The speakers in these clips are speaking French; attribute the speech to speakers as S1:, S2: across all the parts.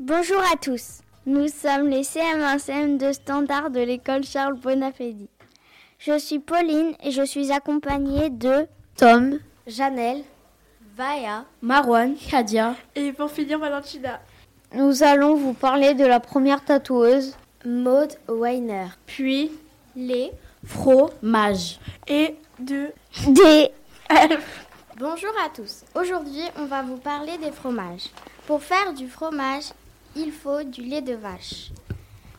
S1: Bonjour à tous. Nous sommes les CM1-CM2 de standard de l'école Charles Bonafédi. Je suis Pauline et je suis accompagnée de
S2: Tom,
S1: Janelle.
S3: Vaya.
S2: Marwan, Kadia.
S3: Et pour finir, Valentina.
S2: Nous allons vous parler de la première tatoueuse,
S1: Maud Weiner.
S3: Puis les
S2: Mage.
S3: et de
S1: Des
S4: Bonjour à tous. Aujourd'hui, on va vous parler des fromages. Pour faire du fromage, il faut du lait de vache.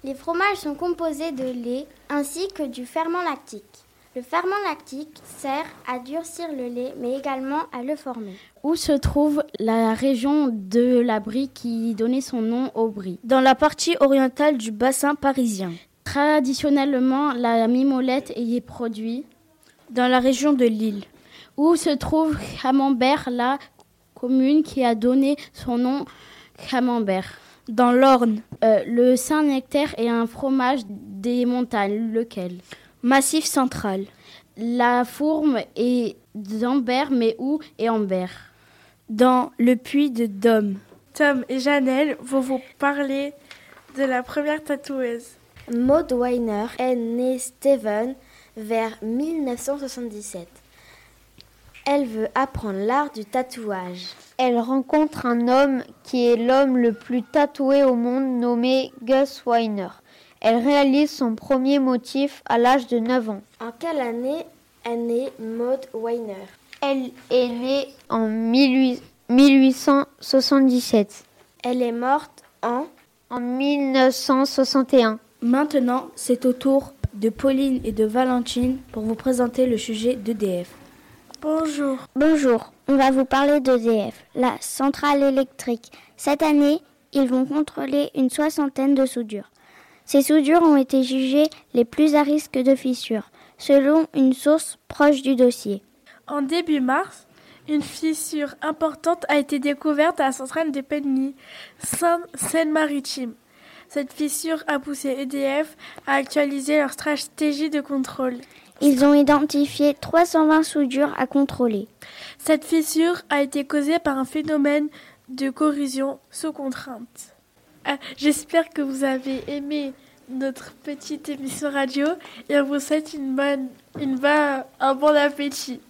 S4: Les fromages sont composés de lait ainsi que du ferment lactique. Le ferment lactique sert à durcir le lait mais également à le former.
S5: Où se trouve la région de la Brie qui donnait son nom au Brie
S2: Dans la partie orientale du bassin parisien,
S5: Traditionnellement, la mimolette y est produite.
S2: dans la région de Lille,
S5: Où se trouve Camembert, la commune qui a donné son nom Camembert
S2: dans l'Orne,
S5: Euh, Le Saint-Nectaire est un fromage des montagnes, lequel
S2: massif central,
S5: La fourme est d'Ambert, mais où est Ambert
S2: dans le puits de Dôme,
S3: Tom et Janelle vont vous parler de la première tatoueuse.
S4: Maud Weiner est née Steven vers 1977. Elle veut apprendre l'art du tatouage.
S2: elle rencontre un homme qui est l'homme le plus tatoué au monde nommé Gus Weiner. Elle réalise son premier motif à l'âge de 9 ans.
S4: En quelle année est née Maud Weiner
S2: Elle est née en 18- 1877,
S4: Elle est morte en
S2: en 1961.
S6: Maintenant, c'est au tour de Pauline et de Valentine pour vous présenter le sujet d'EDF.
S3: Bonjour.
S1: Bonjour, on va vous parler d'EDF, la centrale électrique. Cette année, ils vont contrôler une soixantaine de soudures. Ces soudures ont été jugées les plus à risque de fissures, selon une source proche du dossier.
S3: En début mars, une fissure importante a été découverte à la centrale de Penny, Seine- Seine-Maritime. Cette fissure a poussé EDF à actualiser leur stratégie de contrôle.
S1: Ils ont identifié 320 soudures à contrôler.
S3: Cette fissure a été causée par un phénomène de corrosion sous contrainte. Ah, J'espère que vous avez aimé notre petite émission radio et on vous souhaite une bonne, une bonne, un bon appétit.